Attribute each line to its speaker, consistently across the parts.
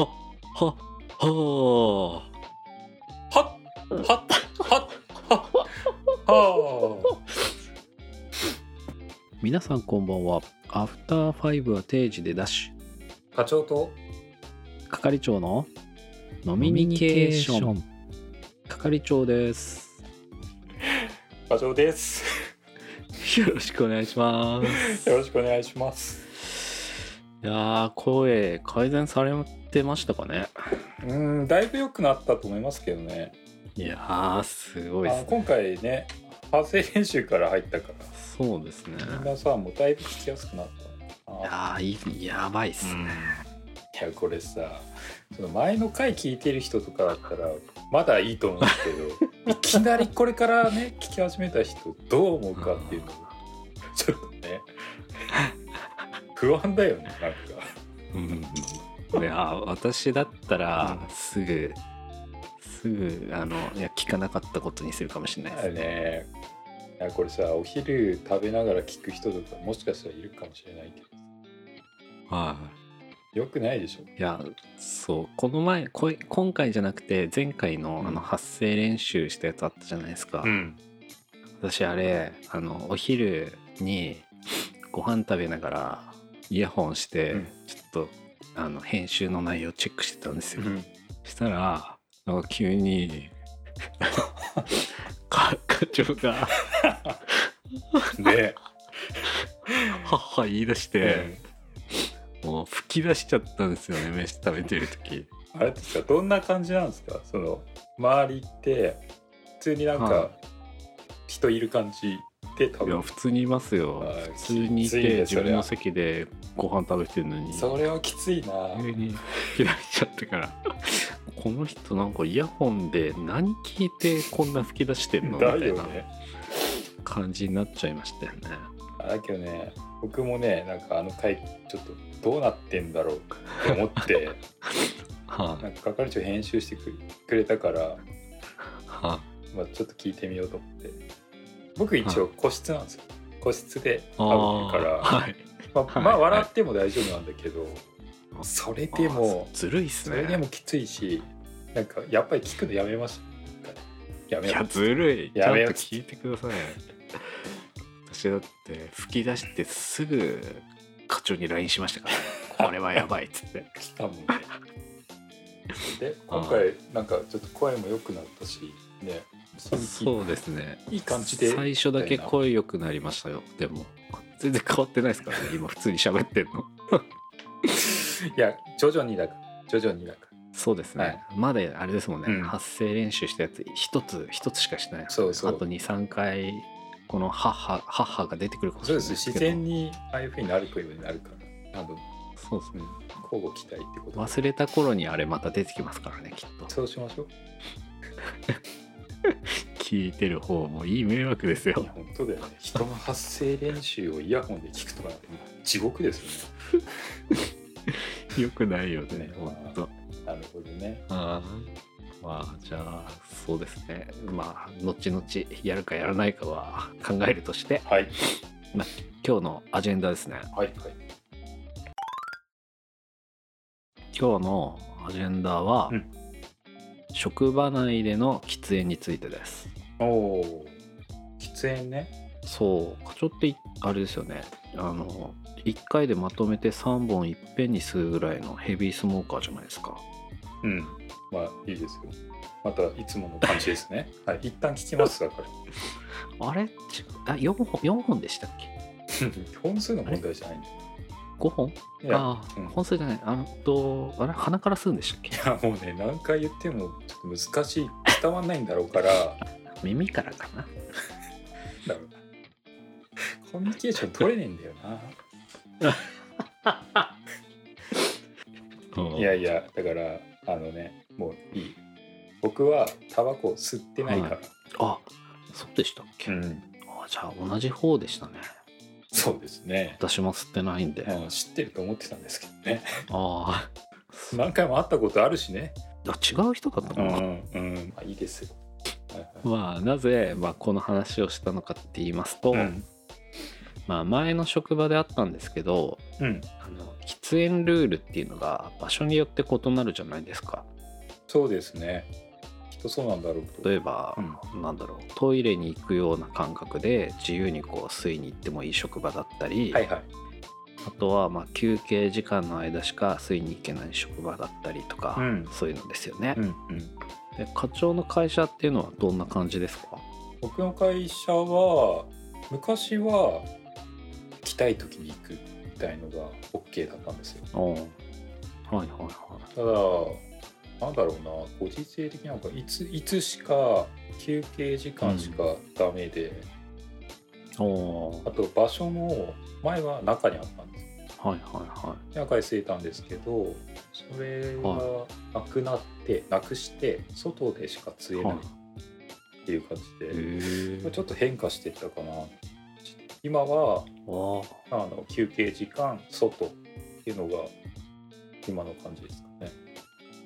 Speaker 1: はは
Speaker 2: はっはっはっはっは
Speaker 1: 皆さんこんばんはアフターファイブは定時でダッシ
Speaker 2: あ課長と
Speaker 1: ュ係長の飲みニケーション係長です
Speaker 2: 課長です
Speaker 1: よろしくお願いします
Speaker 2: よろしくお願いします
Speaker 1: いやー声改善されてましたかね
Speaker 2: うんだいぶ良くなったと思いますけどね
Speaker 1: いやーすごいで
Speaker 2: あ
Speaker 1: すね
Speaker 2: 今回ね発声練習から入ったから
Speaker 1: そうですね
Speaker 2: 皆さんもだいぶ聞きやすくなった
Speaker 1: い
Speaker 2: な
Speaker 1: やーいやばいっすね、
Speaker 2: いやこれさその前の回聞いてる人とかだったらまだいいと思うんですけ どいきなりこれからね聞き始めた人どう思うかっていうのがちょっと ね不安だよねなんか
Speaker 1: うん、いや私だったらすぐすぐあのいや聞かなかったことにするかもしれない
Speaker 2: あ
Speaker 1: です
Speaker 2: れ
Speaker 1: ね。
Speaker 2: ねいやこれさお昼食べながら聞く人とかもしかしたらいるかもしれないけど
Speaker 1: は
Speaker 2: よくないでしょ
Speaker 1: い、いやそうこの前こい今回じゃなくて前回の
Speaker 2: うん
Speaker 1: あの発声練習したやつあったじゃないですか、
Speaker 2: ん
Speaker 1: 私あれあのお昼にご飯食べながらイヤホンして、
Speaker 2: うん
Speaker 1: ちょっとあの編集の内容チェックしてたんですよ、
Speaker 2: うん
Speaker 1: したらなんか急に か課長が。
Speaker 2: ね
Speaker 1: はっは言い出して、もう吹き出しちゃったんですよね飯食べてる時
Speaker 2: あれですかどんな感じなんですかその周りって普通になん
Speaker 1: は
Speaker 2: か人いる感じで多
Speaker 1: いや
Speaker 2: 分
Speaker 1: 普通にいますよ
Speaker 2: あー
Speaker 1: 普通にい
Speaker 2: きついね
Speaker 1: て自
Speaker 2: それ
Speaker 1: 分の席でご飯食べてるのに
Speaker 2: それはきついな
Speaker 1: 急に吹き出しちゃったからこの人なんかイヤホンで何聞いてこんな吹き出してんのみた
Speaker 2: だ
Speaker 1: い
Speaker 2: よ
Speaker 1: な
Speaker 2: ね
Speaker 1: 感じになっちゃいましたよね
Speaker 2: あだけどね僕もねなんかあの回ちょっとどうなってんだろうって思って
Speaker 1: はい、
Speaker 2: なんか係長編集してくくれたから、
Speaker 1: はい、
Speaker 2: まあ、ちょっと聞いてみようと思って僕一応個室なんですよ個室で
Speaker 1: あ
Speaker 2: 食べてる
Speaker 1: ー
Speaker 2: か
Speaker 1: はい
Speaker 2: らまあ、まあ
Speaker 1: はい
Speaker 2: 笑っても大丈夫なんだけど、それでも
Speaker 1: あーずるいっす
Speaker 2: そ
Speaker 1: ね
Speaker 2: れでもきついし、なんかやっぱり聞くのやめました。や
Speaker 1: い
Speaker 2: め
Speaker 1: や
Speaker 2: よ
Speaker 1: ずるいちゃ
Speaker 2: や
Speaker 1: ん
Speaker 2: めよ
Speaker 1: と聞いてください私だって吹き出してすぐ課長に LINE しました からこれはやばいっつって
Speaker 2: う。来たもんね。で、今回なんかちょっと声も良くなったし、ね、う
Speaker 1: そうですね
Speaker 2: いい感じで。
Speaker 1: 最初だけ声良くなりましたよでも全然変わってないですから ね今普通に喋ってんの
Speaker 2: いや、徐々にだから、徐々にだか
Speaker 1: そうですね、
Speaker 2: はい
Speaker 1: まだあれですもんね、
Speaker 2: うん
Speaker 1: 発声練習したやつ一つ一つしかしてない
Speaker 2: ら。そうそ
Speaker 1: あと
Speaker 2: う。
Speaker 1: 23回この「母母が出てくるかもし
Speaker 2: そ
Speaker 1: れ
Speaker 2: う
Speaker 1: な
Speaker 2: で
Speaker 1: い
Speaker 2: す。
Speaker 1: ですけ
Speaker 2: 自
Speaker 1: ど
Speaker 2: 然にああいう風になる声になるから、多分
Speaker 1: そうですね
Speaker 2: 交互期待ってこと。
Speaker 1: 忘れた頃にあれまた出てきますからねきっと
Speaker 2: そうしましょう。
Speaker 1: 聞いてる方もいい迷惑です
Speaker 2: い
Speaker 1: よ
Speaker 2: や、。本当だよね。人の発声練習をイヤホンで聞くとか、地獄ですよね。
Speaker 1: よくないよね
Speaker 2: ね、
Speaker 1: ほんと。
Speaker 2: なるほどね。
Speaker 1: ああまあ、じゃあ、そうですね。まあ、後々やるかやらないかは考えるとして、
Speaker 2: はい。
Speaker 1: 今日のアジェンダですね。
Speaker 2: はいはい。
Speaker 1: 今日のアジェンダは、
Speaker 2: うん
Speaker 1: 職場内での喫煙についてです。
Speaker 2: おお。喫煙ね。
Speaker 1: そう、課長ってい、あれですよね。あの、1回でまとめて3本いっぺんに吸うぐらいのヘビースモーカーじゃないですか。
Speaker 2: うん。まあいいですよ。またいつもの感じですね。 はい。一旦聞きます だから。
Speaker 1: あれ違うあ4本、4本でしたっけ
Speaker 2: 本数の問題じゃないんだよ。
Speaker 1: 5本
Speaker 2: いや、
Speaker 1: ああ、
Speaker 2: うん
Speaker 1: 本数じゃないあのとあれ鼻から吸うんでしたっけ
Speaker 2: いやもうね何回言ってもちょっと難しい伝わんないんだろう から。
Speaker 1: 耳からかな
Speaker 2: だろうなコミュニケーション取れねえんだよ な。いやいやだからあのねもういい。僕はタバコを吸ってないから。
Speaker 1: あそうでしたっけ、
Speaker 2: ん。
Speaker 1: あじゃあ同じ方でしたね
Speaker 2: そうですね。
Speaker 1: 私も吸ってないんで、あ
Speaker 2: うん知ってると思ってたんですけどね。
Speaker 1: あ
Speaker 2: 何回も会ったことあるしね。
Speaker 1: あ違う人だった
Speaker 2: う
Speaker 1: のかな、
Speaker 2: ん、うん、まあいいですよ。はいはい
Speaker 1: まあなぜ、まあ、この話をしたのかって言いますと、まあ、前の職場であったんですけど
Speaker 2: うん、
Speaker 1: あの喫煙ルールっていうのが場所によって異なるじゃないですか
Speaker 2: そうですねきっとそうなんだろうと
Speaker 1: 例えば、なんだろうトイレに行くような感覚で自由にこう吸いに行ってもいい職場だったり、
Speaker 2: はいはい
Speaker 1: あとはまあ休憩時間の間しか吸いに行けない職場だったりとか、
Speaker 2: うん
Speaker 1: そういうのですよね、
Speaker 2: うんうん
Speaker 1: で課長の会社っていうのはどんな感じですか
Speaker 2: 僕の会社は昔は行きたい時に行くみたいのが OK だったんですよ
Speaker 1: おはいはいはい
Speaker 2: ただなんだろうなご時世的なのかいついつしか休憩時間しかダメで、
Speaker 1: おー
Speaker 2: あと場所も前は中にあったんです
Speaker 1: はいはいはい
Speaker 2: 中に据えたんですけどそれがなくなって、なくして外でしか吸えないっていう感じで、
Speaker 1: へ
Speaker 2: まあちょっと変化していったかな今は
Speaker 1: と
Speaker 2: あの休憩時間外っていうのが今の感じですかね、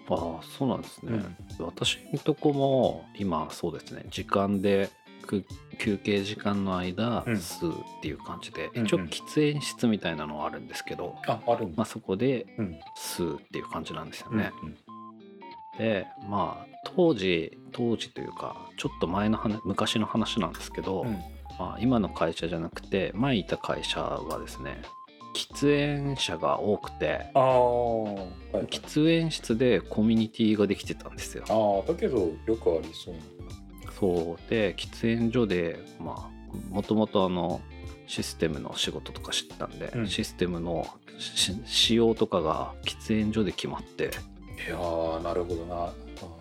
Speaker 1: ああそうなんですね、私のとこも今そうですね時間でく休憩時間の間
Speaker 2: うん
Speaker 1: 吸うっていう感じで、
Speaker 2: うんうん
Speaker 1: 一応喫煙室みたいなのはあるんですけど、
Speaker 2: ああるん
Speaker 1: ま
Speaker 2: だ、
Speaker 1: あ、そこで
Speaker 2: うん
Speaker 1: 吸うっていう感じなんですよ
Speaker 2: うん
Speaker 1: ね、でまあ当時当時というかちょっと前の話昔の話なんですけど、
Speaker 2: うん
Speaker 1: まあ、今の会社じゃなくて前いた会社はですね喫煙者が多くて
Speaker 2: ああ、はいはい、
Speaker 1: 喫煙室でコミュニティができてたんですよ
Speaker 2: ああだけどよくありそうな
Speaker 1: そうで喫煙所でまあもともとあのシステムの仕事とか知ったんで、
Speaker 2: うん
Speaker 1: システムのし仕様とかが喫煙所で決まって
Speaker 2: いやーなるほどな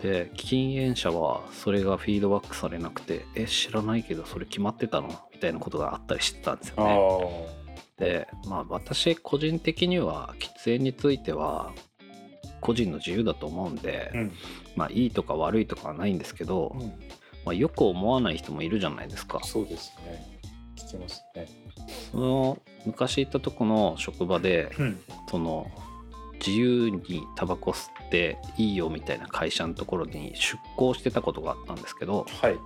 Speaker 1: で禁煙者はそれがフィードバックされなくて「え知らないけどそれ決まってたの?」みたいなことがあったりしてたんですよ
Speaker 2: ああ
Speaker 1: ね。でまあ私個人的には喫煙については個人の自由だと思うんで、
Speaker 2: うん
Speaker 1: まあいいとか悪いとかはないんですけど、
Speaker 2: うん
Speaker 1: まあ、よく思わない人もいるじゃないですか。
Speaker 2: そうですね聞きますね
Speaker 1: その昔行ったとこの職場で
Speaker 2: うん
Speaker 1: その自由にタバコ吸っていいよみたいな会社のところに出向してたことがあったんですけど
Speaker 2: はい
Speaker 1: こ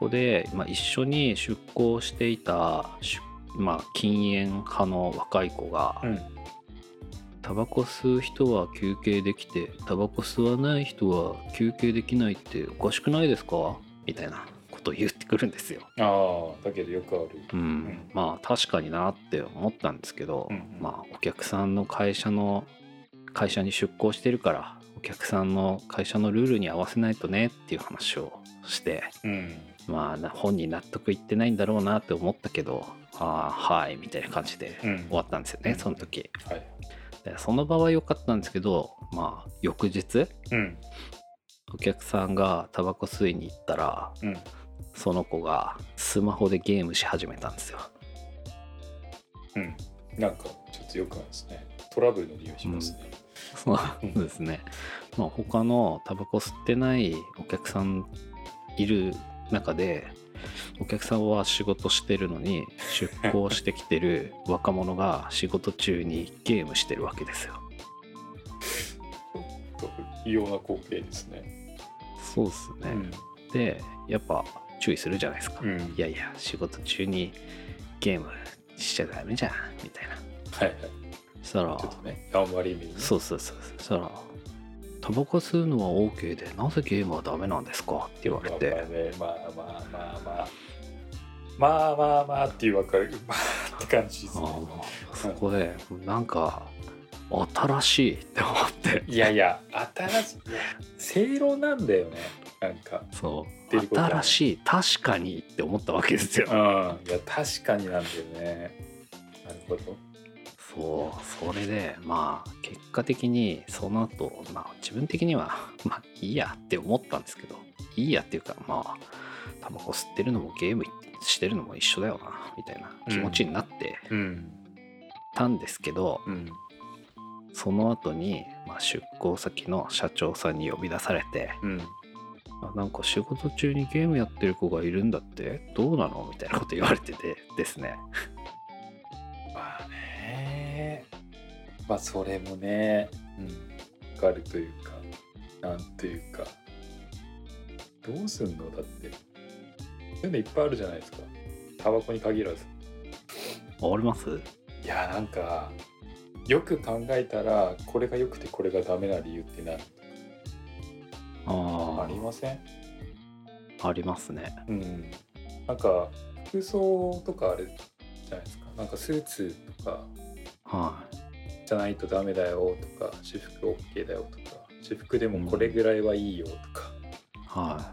Speaker 1: こで、まあ、一緒に出向していた、出まあ、禁煙派の若い子が
Speaker 2: うん
Speaker 1: タバコ吸う人は休憩できてタバコ吸わない人は休憩できないっておかしくないですかみたいなことを言ってくるんですよ。
Speaker 2: ああだけどよくある
Speaker 1: うんまあ確かになって思ったんですけど、
Speaker 2: うんうん
Speaker 1: まあお客さんの会社の会社に出向してるからお客さんの会社のルールに合わせないとねっていう話をして
Speaker 2: うん
Speaker 1: まあな本人納得いってないんだろうなって思ったけどああはいみたいな感じで
Speaker 2: う
Speaker 1: 終
Speaker 2: ん
Speaker 1: わったんですよね、その時
Speaker 2: はい
Speaker 1: でその場は良かったんですけどまあ翌日
Speaker 2: うん
Speaker 1: お客さんがタバコ吸いに行ったら
Speaker 2: うん
Speaker 1: その子がスマホでゲームし始めたんですよ
Speaker 2: うんなんかちょっとよくないですねトラブルの匂いしますね、
Speaker 1: そうですね。まあ、他のタバコ吸ってないお客さんいる中で、お客さんは仕事してるのに、出向してきてる 若者が仕事中にゲームしてるわけですよ。
Speaker 2: ちょっと異様な光景ですね
Speaker 1: そうですね。で、やっぱ注意するじゃないですか。
Speaker 2: うん
Speaker 1: いやいや、仕事中にゲームしちゃダメじゃん、みたいな。
Speaker 2: はいはい
Speaker 1: そしたら
Speaker 2: ちょ、っとねあんまり目にね
Speaker 1: そうそうそうそう。そしたら、タバコ吸うのは OK で、なぜゲームはダメなんですかって言われて。
Speaker 2: まあまあまあまあまあまあまあまあっていうわかるまあって感じですね
Speaker 1: あーそこでなんか新しいって思って
Speaker 2: いやいや新しいいや正論なんだよねなんか
Speaker 1: そ
Speaker 2: ていう
Speaker 1: う
Speaker 2: ことは
Speaker 1: 新しい確かにって思ったわけですよ
Speaker 2: うんいや確かになんだよねなるほど
Speaker 1: そうそれでまあ結果的にその後まあ自分的にはまあいいやって思ったんですけどいいやっていうかまあタバコ吸ってるのもゲームしてるのも一緒だよなみたいな気持ちになって
Speaker 2: うん
Speaker 1: たんですけど、
Speaker 2: うん
Speaker 1: その後に、まあ、出向先の社長さんに呼び出されて、
Speaker 2: うん
Speaker 1: あなんか仕事中にゲームやってる子がいるんだってどうなのみたいなこと言われててですね
Speaker 2: まあねまあそれもねうんわかるというかなんというかどうすんのだってそういうのいっぱいあるじゃないですかタバコに限らず
Speaker 1: あります
Speaker 2: いやなんかよく考えたらこれが良くてこれがダメな理由ってなあ
Speaker 1: あ
Speaker 2: りません
Speaker 1: あありますね
Speaker 2: うん、なんか服装とかあれじゃないですかなんかスーツとか
Speaker 1: はい
Speaker 2: じゃないとダメだよとか私服 OK だよとか私服でもこれぐらいはいいよとか、
Speaker 1: は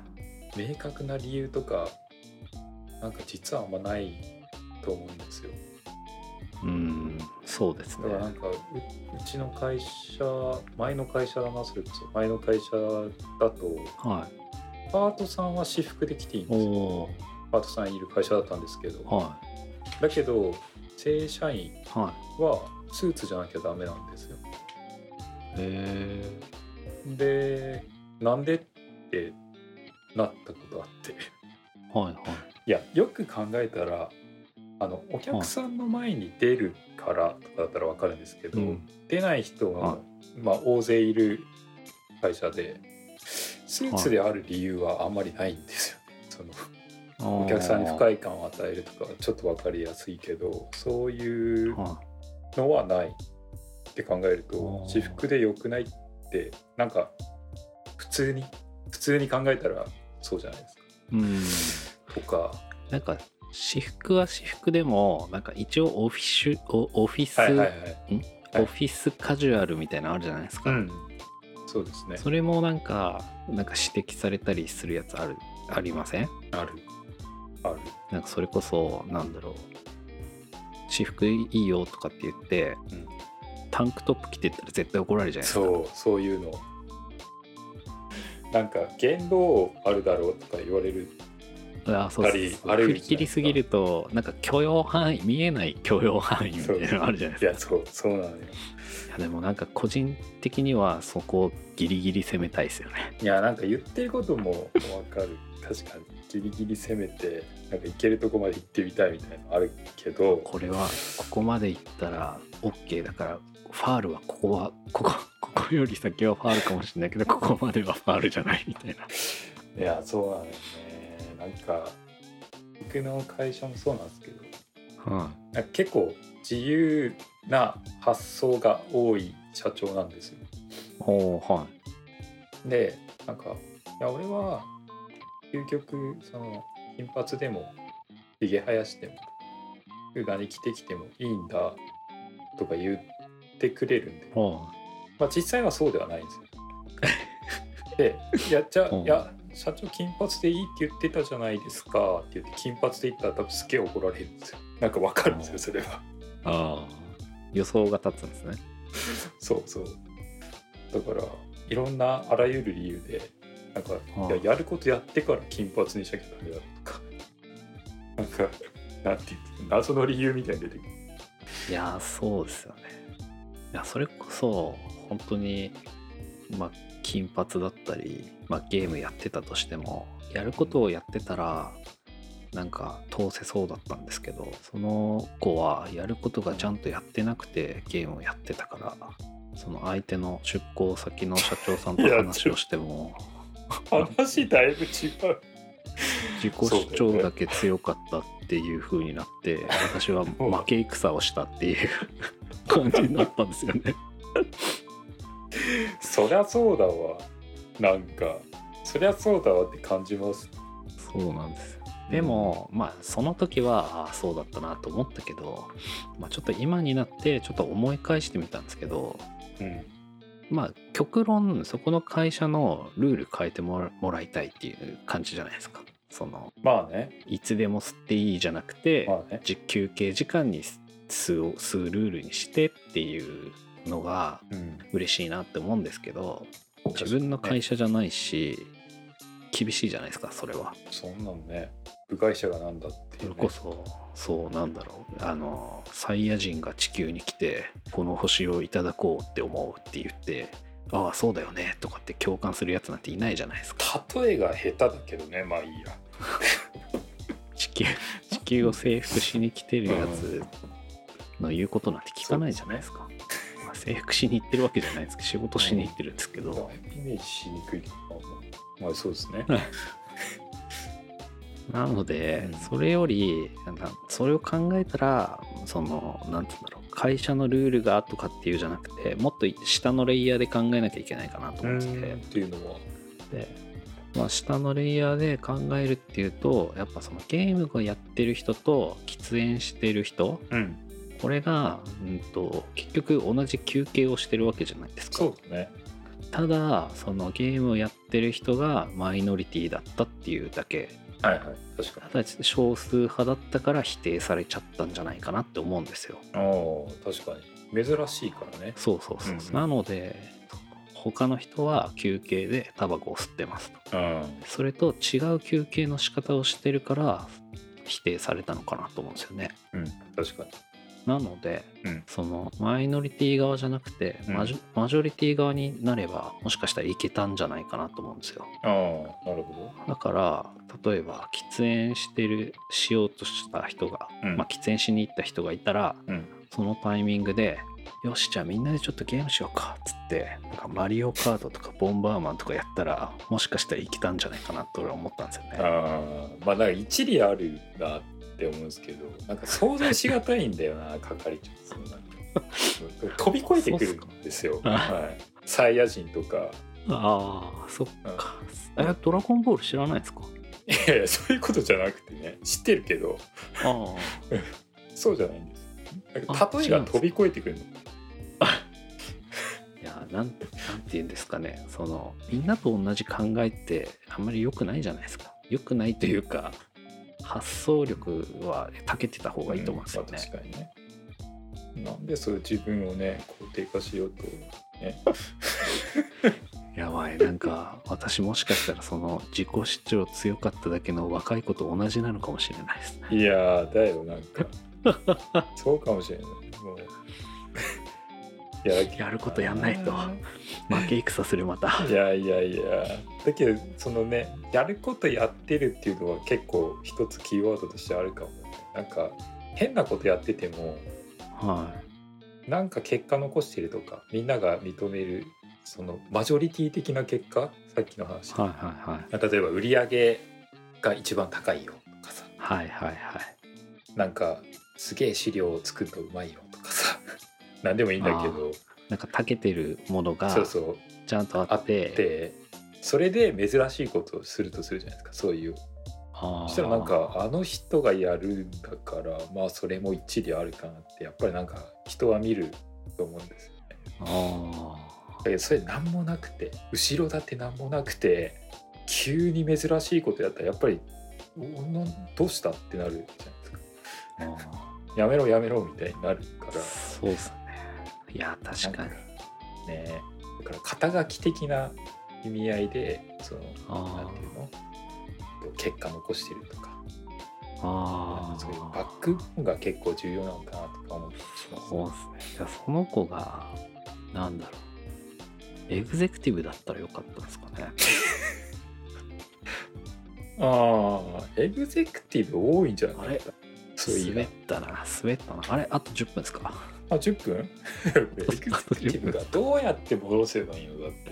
Speaker 2: 明確な理由とかなんか実はあんまないと思うんですよ
Speaker 1: いうんそうです
Speaker 2: だ
Speaker 1: ね
Speaker 2: からなんかううちの会社前の会社だなそれこそ前の会社だと
Speaker 1: はい
Speaker 2: パートさんは私服で来ていいん
Speaker 1: お
Speaker 2: ですよ
Speaker 1: お
Speaker 2: パートさんいる会社だったんですけど
Speaker 1: は
Speaker 2: だけど正社員
Speaker 1: いは
Speaker 2: はスーツじゃなきゃダメなんですよ。
Speaker 1: いへえ
Speaker 2: でなんでってなったことあって
Speaker 1: はいはい
Speaker 2: いやよく考えたらあのお客さんの前に出るからとかだったら分かるんですけど、
Speaker 1: うん
Speaker 2: 出ない人が、
Speaker 1: は
Speaker 2: まあ、大勢いる会社でスーツである理由はあんまりないんですよ。そのお
Speaker 1: お
Speaker 2: 客さんに不快
Speaker 1: い
Speaker 2: 感を与えるとかはちょっと分かりやすいけどそういう
Speaker 1: は
Speaker 2: のはないって考えると
Speaker 1: あー
Speaker 2: 私服で良くないってなんか普通に普通に考えたらそうじゃないです
Speaker 1: いうん
Speaker 2: かとか
Speaker 1: なんか私服は私服でもなんか一応オフィシュオオフィス、
Speaker 2: はいはいはいはい
Speaker 1: オフィスカジュアルみたいなのあるじゃないです
Speaker 2: う
Speaker 1: か、
Speaker 2: んそうですね
Speaker 1: それもなんかなんか指摘されたりするやつあるありません
Speaker 2: あるある
Speaker 1: なんかそれこそなんだろう私服いいよとかって言って、
Speaker 2: うん
Speaker 1: タンクトップ着てったら絶対怒られるじゃないですか
Speaker 2: そうそういうのなんか言動あるだろうとか言われる
Speaker 1: あそうそう
Speaker 2: あり
Speaker 1: そう
Speaker 2: ある
Speaker 1: 振り切りすぎるとなんか許容範囲見えない許容範囲みたいなのあるじゃない
Speaker 2: い
Speaker 1: ですか
Speaker 2: やそうそうなのよ
Speaker 1: いやでもなんか個人的にはそこをギリギリ攻めたいですよね
Speaker 2: いやなんか言ってることもわかる確かにギリギリ攻めてなんかいけるとこまで行ってみたいみたいなのあるけど
Speaker 1: これはここまでいったら OK だからファールはここはこ こここより先はファールかもしれないけどここまではファールじゃないみたいない
Speaker 2: やそうなんだよねなんか僕の会社もそうなんですけど
Speaker 1: は
Speaker 2: なんか結構自由な発想が多い社長なんですよ
Speaker 1: いおーはい
Speaker 2: でなんかいや俺は究極その金髪でもひげ生やしても服がに着てきてもいいんだとか言ってくれるんで
Speaker 1: お
Speaker 2: まあ、実際はそうではないんですよ。 で「いやじゃあ
Speaker 1: うん
Speaker 2: いや社長金髪でいいって言ってたじゃないですか」って言って金髪で言ったら多分すげえ怒られるんですよ。なんかわかるんですよそれは。
Speaker 1: あ予想が立つんですね
Speaker 2: そうそう。だからいろんなあらゆる理由でなんか、
Speaker 1: うん
Speaker 2: いややることやってから金髪にしなきゃダメだとかなんかなんていうの謎の理由みたいに出てくる。
Speaker 1: いやーそうですよねいやそれこそ本当にまあ金髪だったり、まあ、ゲームやってたとしてもやることをやってたらなんか通せそうだったんですけどその子はやることがちゃんとやってなくてゲームをやってたからその相手の出向先の社長さんと話をしても
Speaker 2: 話だいぶ違う。
Speaker 1: 自己主張だけ強かったっていう風になって、私は負け戦をしたっていう 感じになったんですよね。
Speaker 2: そりゃそうだわ。なんかそりゃそうだわって感じます。
Speaker 1: そうなんですよでも、まあその時はああそうだったなと思ったけど、まあ、ちょっと今になってちょっと思い返してみたんですけど
Speaker 2: うん、
Speaker 1: まあ極論そこの会社のルール変えてもらもらいたいっていう感じじゃないですかその
Speaker 2: まあね
Speaker 1: いつでも吸っていいじゃなくて、
Speaker 2: まあね
Speaker 1: じ休憩時間に吸う吸うルールにしてっていうのが
Speaker 2: うん
Speaker 1: 嬉しいなって思うんですけど自分の会社じゃないし厳しいじゃないですかそれは。
Speaker 2: そんなのね部外者がなんだって
Speaker 1: そ
Speaker 2: い、
Speaker 1: うれ
Speaker 2: ね、
Speaker 1: こそそうなんだろうあのサイヤ人が地球に来てこの星をいただこうって思うって言ってああそうだよねとかって共感するやつなんていないじゃないですか
Speaker 2: 例えが下手だけどねまあいいや
Speaker 1: 地球地球を征服しに来てるやつの言うことなんて聞かないじゃないですか、まあ、征服しに行ってるわけじゃないですけど仕事しに行ってるんですけ
Speaker 2: だ
Speaker 1: ど
Speaker 2: いぶイメージしにくいなまあそうですね
Speaker 1: なので
Speaker 2: うん
Speaker 1: それよりなんかそれを考えたらそのなんて言うんだろう会社のルールがとかっていうじゃなくてもっと下のレイヤーで考えなきゃいけないかなと思ってて
Speaker 2: っていうのは
Speaker 1: で、まあ、下のレイヤーで考えるっていうとやっぱそのゲームをやってる人と喫煙してる人
Speaker 2: うん
Speaker 1: これが、うん、と結局同じ休憩をしてるわけじゃないですか
Speaker 2: そうだね
Speaker 1: ただそのゲームをやってる人がマイノリティだったっていうだけ
Speaker 2: はいはい確か
Speaker 1: ただ少数派だったから否定されちゃったんじゃないかなって思うんですよ
Speaker 2: におー確かに珍しいからね
Speaker 1: そうそうそう、
Speaker 2: うんうん
Speaker 1: なので他の人は休憩でタバコを吸ってますと
Speaker 2: うん
Speaker 1: それと違う休憩の仕方をしてるから否定されたのかなと思うんですよね
Speaker 2: うん確かに
Speaker 1: なので、
Speaker 2: うん
Speaker 1: そのマイノリティ側じゃなくて
Speaker 2: うん
Speaker 1: マジ,、マジョリティ側になればもしかしたらいけたんじゃないかなと思うんですよ
Speaker 2: ああなるほ
Speaker 1: だから例えば喫煙してるしようとした人が、
Speaker 2: どうん
Speaker 1: まあ、喫煙しに行った人がいたら
Speaker 2: うん
Speaker 1: そのタイミングで「よしじゃあみんなでちょっとゲームしようか」っつってなんかマリオカートとかボンバーマンとかやったらもしかしたらいけたんじゃないかなと俺は思ったんですよね。
Speaker 2: ああまあなんか一理あるなって思うんですけどなんか想像しがたいんだよな 係長そのなんか飛び越えてくるんですよ
Speaker 1: そうっすか
Speaker 2: はいサイヤ人とか
Speaker 1: ああそっか。えドラゴンボール知らないですか
Speaker 2: いやいやそういうことじゃなくてね知ってるけど
Speaker 1: ああ
Speaker 2: そうじゃないんですなんか
Speaker 1: あ
Speaker 2: 例えが飛び越えてくるの
Speaker 1: いやなんなんて言うんですかねそのみんなと同じ考えってあんまり良くないじゃないですか。良くないというか発想力は長けてた方がいいと思うんですよね。
Speaker 2: まあ確かにねなんでそういう自分をね肯定化しようと
Speaker 1: やばいなんか私もしかしたらその自己主張強かっただけの若い子と同じなのかもしれないです ね
Speaker 2: いやーだよなん かそうかもしれないもうい や
Speaker 1: やることやんないと負け戦するまた
Speaker 2: いやいやいやだけどそのねやることやってるっていうのは結構一つキーワードとしてあるかもねなんか変なことやってても
Speaker 1: は
Speaker 2: なんか結果残してるとかみんなが認めるそのマジョリティ的な結果さっきの
Speaker 1: い
Speaker 2: 話、
Speaker 1: はいはいはい
Speaker 2: 例えば売り上げが一番高いよとかさ
Speaker 1: はいはいはい
Speaker 2: なんかすげえ資料を作るのうまいよとかさ 何でもいいんだけど
Speaker 1: なんか長けてるものが
Speaker 2: そうそう
Speaker 1: ちゃんと
Speaker 2: あ
Speaker 1: あ
Speaker 2: っ
Speaker 1: って
Speaker 2: てそれで珍しいことをするとするじゃないですかそういう
Speaker 1: あー
Speaker 2: そしたらなんかあの人がやるんだからまあそれも一理あるかなってやっぱりなんか人は見ると思うんですよね
Speaker 1: あー
Speaker 2: だけどそれ何もなくて後ろ盾何もなくて急に珍しいことやったらやっぱりおなどうしたってなるじゃないですか
Speaker 1: あ
Speaker 2: やめろやめろみたいになるか
Speaker 1: ー
Speaker 2: ら
Speaker 1: そうですねいや確かに
Speaker 2: ねだから肩書き的な意味合いでその
Speaker 1: あ
Speaker 2: なんていうの結果残してるとか
Speaker 1: ーあ
Speaker 2: そういう
Speaker 1: ー
Speaker 2: バックボーンが結構重要なのかなとか思ってしま
Speaker 1: そうですねいやその子がなんだろうエグゼクティブだったらよかったんですかね
Speaker 2: ああエグゼクティブ多いんじゃない
Speaker 1: あれ
Speaker 2: そうい
Speaker 1: 滑
Speaker 2: や
Speaker 1: ったな滑ったなあれあと10分ですか
Speaker 2: あ10分エグゼクティブがどうやって戻せばいいのだって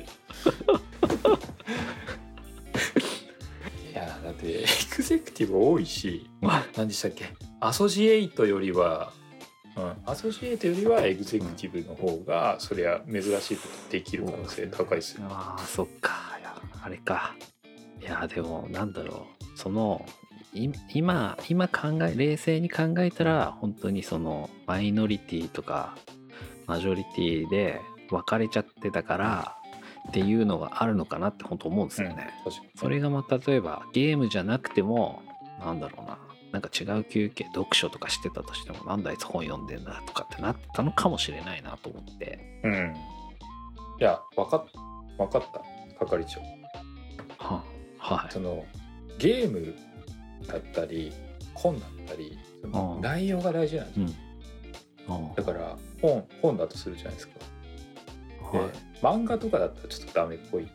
Speaker 2: いやだってエグゼクティブ多いし何でしたっけアソシエイトよりは、うん、アソシエイトよりはエグゼクティブの方が、そりゃ珍しいことできる可能性高いですよ、
Speaker 1: ああそっかいやあれかいやでもなんだろうそのい今今考え冷静に考えたら本当にそのマイノリティとかマジョリティで分かれちゃってたからっていうのがあるのかなって本当思うんですよね、
Speaker 2: うん確かに
Speaker 1: それがまあ例えばゲームじゃなくてもなんだろうななんか違う休憩読書とかしてたとしてもなんだあいつ本読んでんだとかってなったのかもしれないなと思って
Speaker 2: うんいや分かった分かった係長
Speaker 1: ははい
Speaker 2: そのゲームだったり本だったりその
Speaker 1: うん
Speaker 2: 内容が大事なんです
Speaker 1: う
Speaker 2: よ
Speaker 1: んあ
Speaker 2: だから本本だとするじゃないですか
Speaker 1: あ
Speaker 2: で
Speaker 1: はい
Speaker 2: 漫画とかだったらちょっとダメっぽい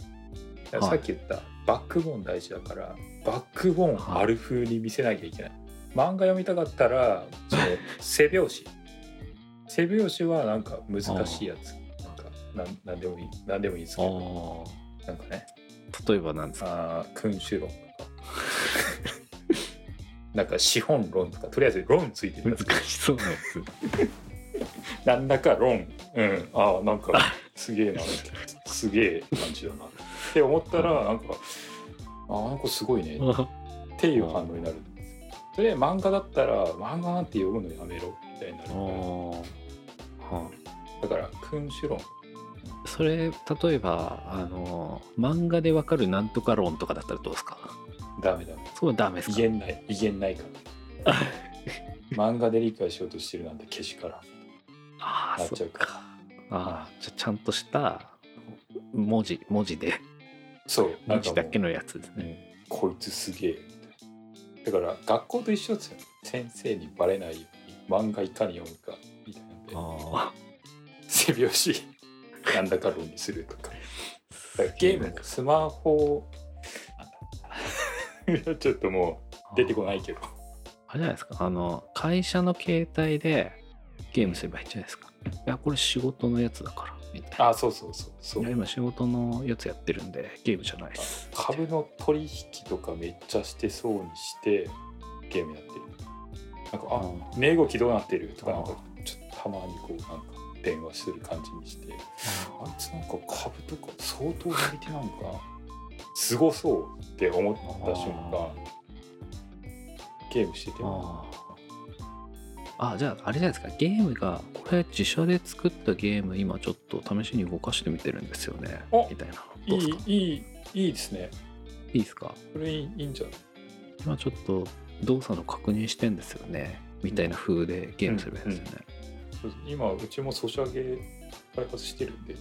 Speaker 2: だから
Speaker 1: は
Speaker 2: さ
Speaker 1: い
Speaker 2: っき言ったバックボーン大事だからバックボーンある風に見せなきゃいけない漫画読みたかったら その背表紙背表紙はなんか難しいやつなんかなんなんでもいいなんでもいいですけど
Speaker 1: あ
Speaker 2: なんかね
Speaker 1: あ例えばなん ですか
Speaker 2: あー君主論とか なんか資本論とかとりあえず論ついてるやつ
Speaker 1: 難しそうなやつ
Speaker 2: なんだか論、うん、ああなんかすげえなすげえ感じだなって思ったらなんかああなんかすごいねっていう反応になるそれ漫画だったら漫画なんて読むのやめろみたいになる
Speaker 1: あ
Speaker 2: か
Speaker 1: ーは
Speaker 2: らだから君主論
Speaker 1: あそれ例えばあの漫画でわかるなんとか論とかだったらどうですか
Speaker 2: ダメだね
Speaker 1: そうダメです
Speaker 2: 威
Speaker 1: か
Speaker 2: 厳ない威厳ないから漫画で理解しようとしてるなんてけしからん
Speaker 1: ああ
Speaker 2: なっち
Speaker 1: そ
Speaker 2: ゃ
Speaker 1: う
Speaker 2: うから
Speaker 1: かああじゃあちゃんとした文字文字で
Speaker 2: そうな
Speaker 1: 文
Speaker 2: んか
Speaker 1: 字
Speaker 2: も
Speaker 1: だけ
Speaker 2: う、
Speaker 1: のやつです
Speaker 2: う
Speaker 1: ね
Speaker 2: ん、こいつすげえだから学校と一緒ですよ先生にバレないように漫画いかに読むかみたいなんで
Speaker 1: あ
Speaker 2: 背拍子 なんだか論にするとか
Speaker 1: あ
Speaker 2: だから ゲームもスマホい やちょっともう出てこないけど
Speaker 1: あれじゃないですかあの会社の携帯でゲームすればいいんじゃないですかいやこれ仕事のやつだからみたいな
Speaker 2: あそうそうそうそ
Speaker 1: いや
Speaker 2: う
Speaker 1: 今仕事のやつやってるんでゲームじゃないです
Speaker 2: 株の取引とかめっちゃしてそうにしてゲームやってるなんかあ
Speaker 1: あ
Speaker 2: 値動きどうなってるとかなんか
Speaker 1: あ
Speaker 2: ちょっとたまにこうなんか電話する感じにしてあいつなんか株とか相当相手なんかすごそうって思った瞬間ゲームしてても
Speaker 1: あああじゃああれじゃないですかゲームがこれ自社で作ったゲーム今ちょっと試しに動かしてみてるんですよね
Speaker 2: お
Speaker 1: みたいなのど
Speaker 2: いう
Speaker 1: です
Speaker 2: い
Speaker 1: か
Speaker 2: いいいいですね
Speaker 1: いいですか
Speaker 2: これいいいいんじゃない
Speaker 1: 今ちょっと動作の確認してんですよねみたいな風でゲームすればいいんですよね、
Speaker 2: そうです今うちもソシャゲ開発してるんで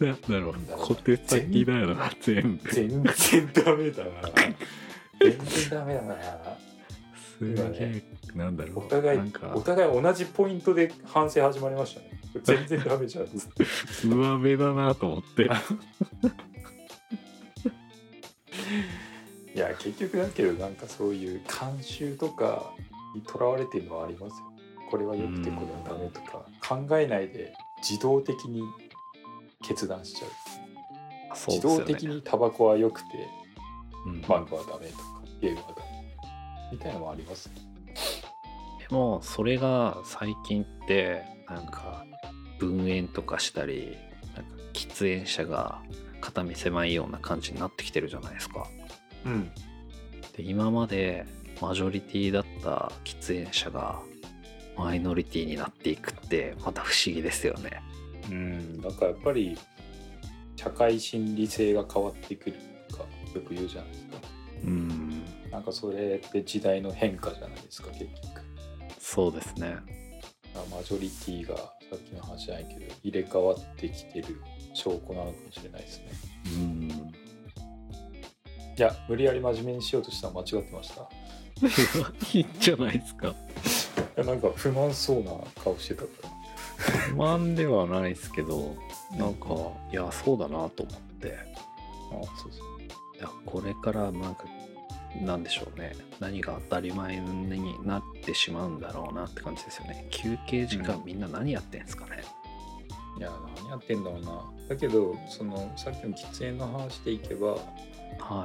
Speaker 1: ななるほ
Speaker 2: ど
Speaker 1: 手先だよな全部
Speaker 2: 全然ダメだな全然ダメだな
Speaker 1: す
Speaker 2: 今ね
Speaker 1: なんだろ
Speaker 2: お互い
Speaker 1: なんか
Speaker 2: お互い同じポイントで反省始まりましたね全然ダメじゃん
Speaker 1: 上辺だなと思って
Speaker 2: いや結局だけどなんかそういう慣習とかにとらわれてるのはありますよこれは良くてこれはダメとか考えないで自動的に決断しちゃう
Speaker 1: そう
Speaker 2: 自
Speaker 1: ですよ
Speaker 2: 動
Speaker 1: ね
Speaker 2: 的にタバコは良くて
Speaker 1: うん
Speaker 2: 漫画はダメとかゲームはダメみたいなのもあります
Speaker 1: でもそれが最近ってなんか分煙とかしたりなんか喫煙者が肩身狭いような感じになってきてるじゃないですか
Speaker 2: うん
Speaker 1: で今までマジョリティだった喫煙者がマイノリティになっていくってまた不思議ですよね
Speaker 2: うんなんかやっぱり社会心理性が変わってくるとかよく言うじゃないですか
Speaker 1: うん
Speaker 2: なんかそれって時代の変化じゃないですか結局
Speaker 1: そうですね
Speaker 2: マジョリティがさっきの話じゃないけど入れ替わってきてる証拠なのかもしれないですね
Speaker 1: うん
Speaker 2: いや無理やり真面目にしようとしたら間違ってましたい
Speaker 1: いいんじゃないですか
Speaker 2: やなんか不満そうな顔してたから
Speaker 1: 不満ではないですけどなんかいやそうだなと思って
Speaker 2: あそうそう
Speaker 1: いやこれからなんかなんでしょうね何が当たり前になってしまうんだろうなって感じですよね休憩時間
Speaker 2: うん
Speaker 1: みんな何やってんですかね、
Speaker 2: いや何やってんだろうなだけどそのさっきの喫煙の話でいけば
Speaker 1: はい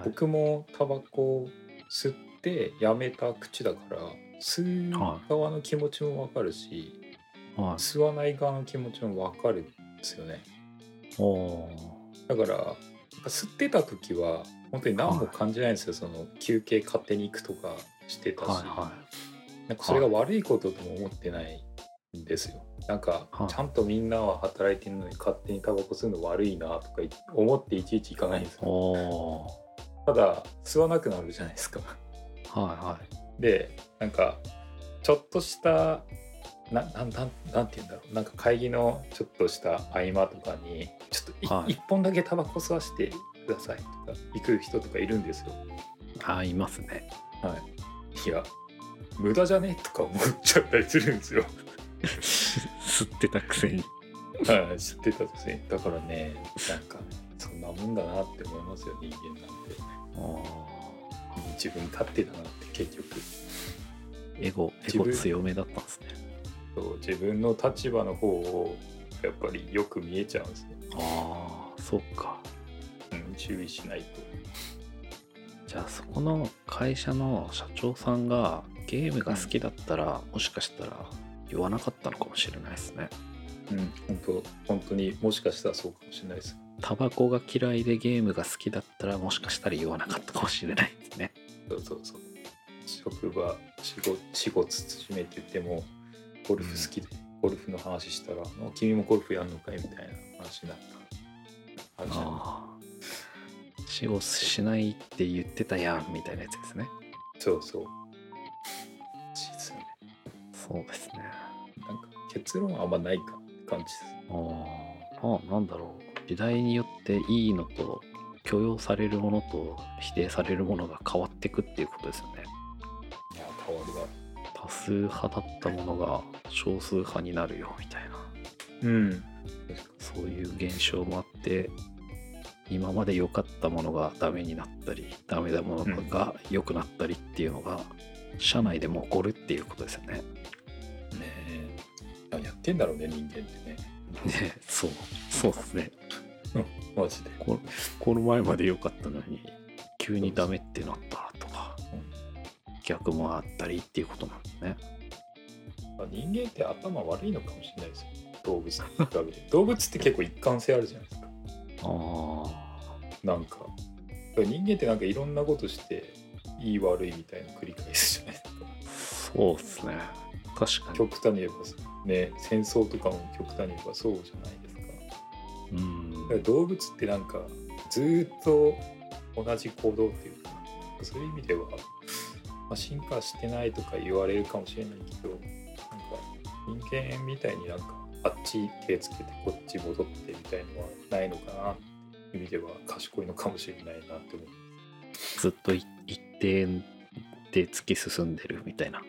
Speaker 2: 僕もタバコを吸ってやめた口だから吸う側の気持ちもわかるし、
Speaker 1: は
Speaker 2: 吸わない側の気持ちもわかるんですよね
Speaker 1: いおー
Speaker 2: だからなんか吸ってた時は本当に何も感じないんですよ、その休憩勝手に行くとかしてたし、
Speaker 1: はいはい
Speaker 2: なんかそれが悪いこととも思ってないんですよ。なんか
Speaker 1: はい
Speaker 2: ちゃんとみんなは働いてるのに勝手にタバコ吸うの悪いなとか思っていちいち行かないんですよ。
Speaker 1: おー
Speaker 2: ただ吸わなくなるじゃないですか。
Speaker 1: は
Speaker 2: でなんかちょっとしたななんなんなんて言うんだろうなんか会議のちょっとした合間とかにちょっとい一、
Speaker 1: はい
Speaker 2: 本だけタバコ吸わせてくださいとか行く人とかいるんですよ。
Speaker 1: いはいあいますね
Speaker 2: いや無駄じゃねとか思っちゃったりするんですよ。
Speaker 1: 吸ってたくせに
Speaker 2: はい知ってたですね。だからねなんかそんなもんだなって思いますよ人間なんて
Speaker 1: おー
Speaker 2: 自分勝手だなって結局
Speaker 1: エゴエ
Speaker 2: 自
Speaker 1: ゴ
Speaker 2: 分
Speaker 1: 強めだったんですね
Speaker 2: そう自分の立場の方をやっぱりよく見えちゃうんですね。
Speaker 1: ああそっか
Speaker 2: うん、注意しないと。
Speaker 1: じゃあそこの会社の社長さんがゲームが好きだったら、もしかしたら言わなかったのかもしれないですね
Speaker 2: うん、本当本当にもしかしたらそうかもしれないです。
Speaker 1: タバコが嫌いでゲームが好きだったらもしかしたら言わなかったかもしれないですね
Speaker 2: そうそうそう。職場、仕事、仕事慎めてても、ゴルフ好きで、ゴルフの話したら、あ君もゴルフやんのかいみたいな話になった。話になっ
Speaker 1: ああ死をしないって言ってたやんみたいなやつですね
Speaker 2: たそうそう。ですよね。
Speaker 1: そうですね
Speaker 2: なんか結論はあんまないか感じです。
Speaker 1: ああなんだろう時代によっていいのと許容されるものと否定されるものが変わってくっていうことですよね
Speaker 2: いや、変わるわ。
Speaker 1: 多数派だったものが少数派になるよみたいな
Speaker 2: うん。
Speaker 1: そういう現象もあって今まで良かったものがダメになったりダメなものが良くなったりっていうのが社内でも起こるっていうことですよね。
Speaker 2: ねえ。やってんだろうね、人間ってね。
Speaker 1: ねそうそうですね
Speaker 2: マジで。
Speaker 1: ここの前まで良かったのに急にダメってなったとか逆もあったりっていうことなんですね
Speaker 2: まあ人間って頭悪いのかもしれないですよ動物に比べて動物って結構一貫性あるじゃないですか
Speaker 1: あ
Speaker 2: なんか人間ってなんかいろんなことしていい悪いみたいな繰り返すじゃないですか
Speaker 1: あそうですね確かに
Speaker 2: 極端に言えばそうね戦争とかも極端に言えばそうじゃないですかだ
Speaker 1: う
Speaker 2: から
Speaker 1: ん
Speaker 2: 動物ってなんかずーっと同じ行動っていうかそういう意味では、まあ、進化してないとか言われるかもしれないけどなんか人間みたいになんかあっち手つけてこっち戻ってみたいのはないのかなっていう意味では賢いのかもしれないなって思う
Speaker 1: ずっとい一定で突き進んでるみたいな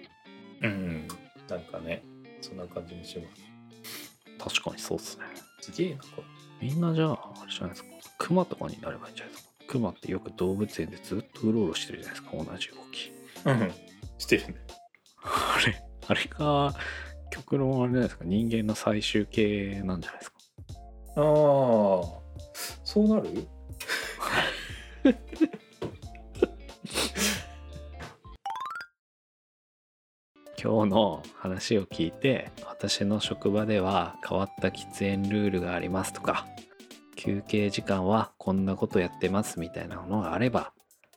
Speaker 2: うんなんかねそんな感じもしま
Speaker 1: 確かにそうですね
Speaker 2: すすげえなこれ
Speaker 1: みんなじゃああれじゃないですかクマとかになればいいんじゃないですかクマってよく動物園でずっとうろうろしてるじゃないですか同じ動き
Speaker 2: うんしてるね
Speaker 1: あれ、あれか、極論あれじゃないですか、人間の最終形なんじゃないですか。
Speaker 2: ああそうなる
Speaker 1: 今日の話を聞いて、私の職場では変わった喫煙ルールがありますとか、休憩時間はこんなことやってますみたいなものがあれば、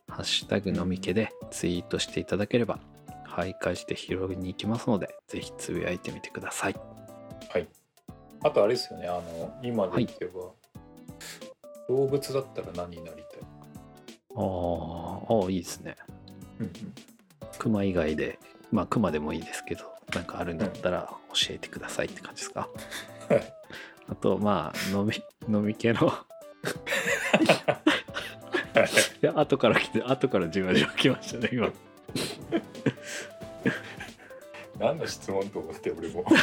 Speaker 1: ハッシュタグのみけでツイートしていただければ、徘徊して拾いに行きますので、ぜひつぶやいてみてください。
Speaker 2: あとあれですよねあの今で言えば、動物だったら何になりたい、
Speaker 1: あーあー、いいですね。
Speaker 2: うん
Speaker 1: クマ以外で、まあクマでもいいですけど、なんかあるんだったら教えてくださいって感じですか。
Speaker 2: はい
Speaker 1: あとまあ飲み飲み系 のいや後から来て後からじわじわ来ましたね今
Speaker 2: 何の質問と思って俺 も
Speaker 1: ただ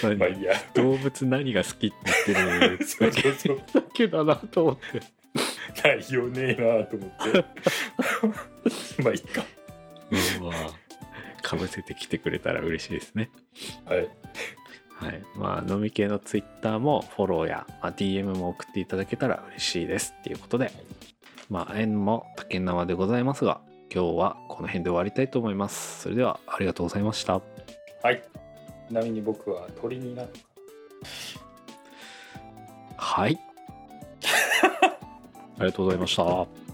Speaker 1: 単に
Speaker 2: まあいいや
Speaker 1: 動物何が好きって言って る
Speaker 2: そうそうそう
Speaker 1: だけだなと思って
Speaker 2: 内容ねえなと思 ってまあいいか
Speaker 1: まあかぶせてきてくれたら嬉しいですね
Speaker 2: はい
Speaker 1: はいまあ飲み系のツイッターもフォローや、まあ、DM も送っていただけたら嬉しいですっていうことでまあ縁も竹縄でございますが今日はこの辺で終わりたいと思いますそれではありがとうございました
Speaker 2: はいちなみに僕は鳥になる
Speaker 1: はい。ありがとうございました。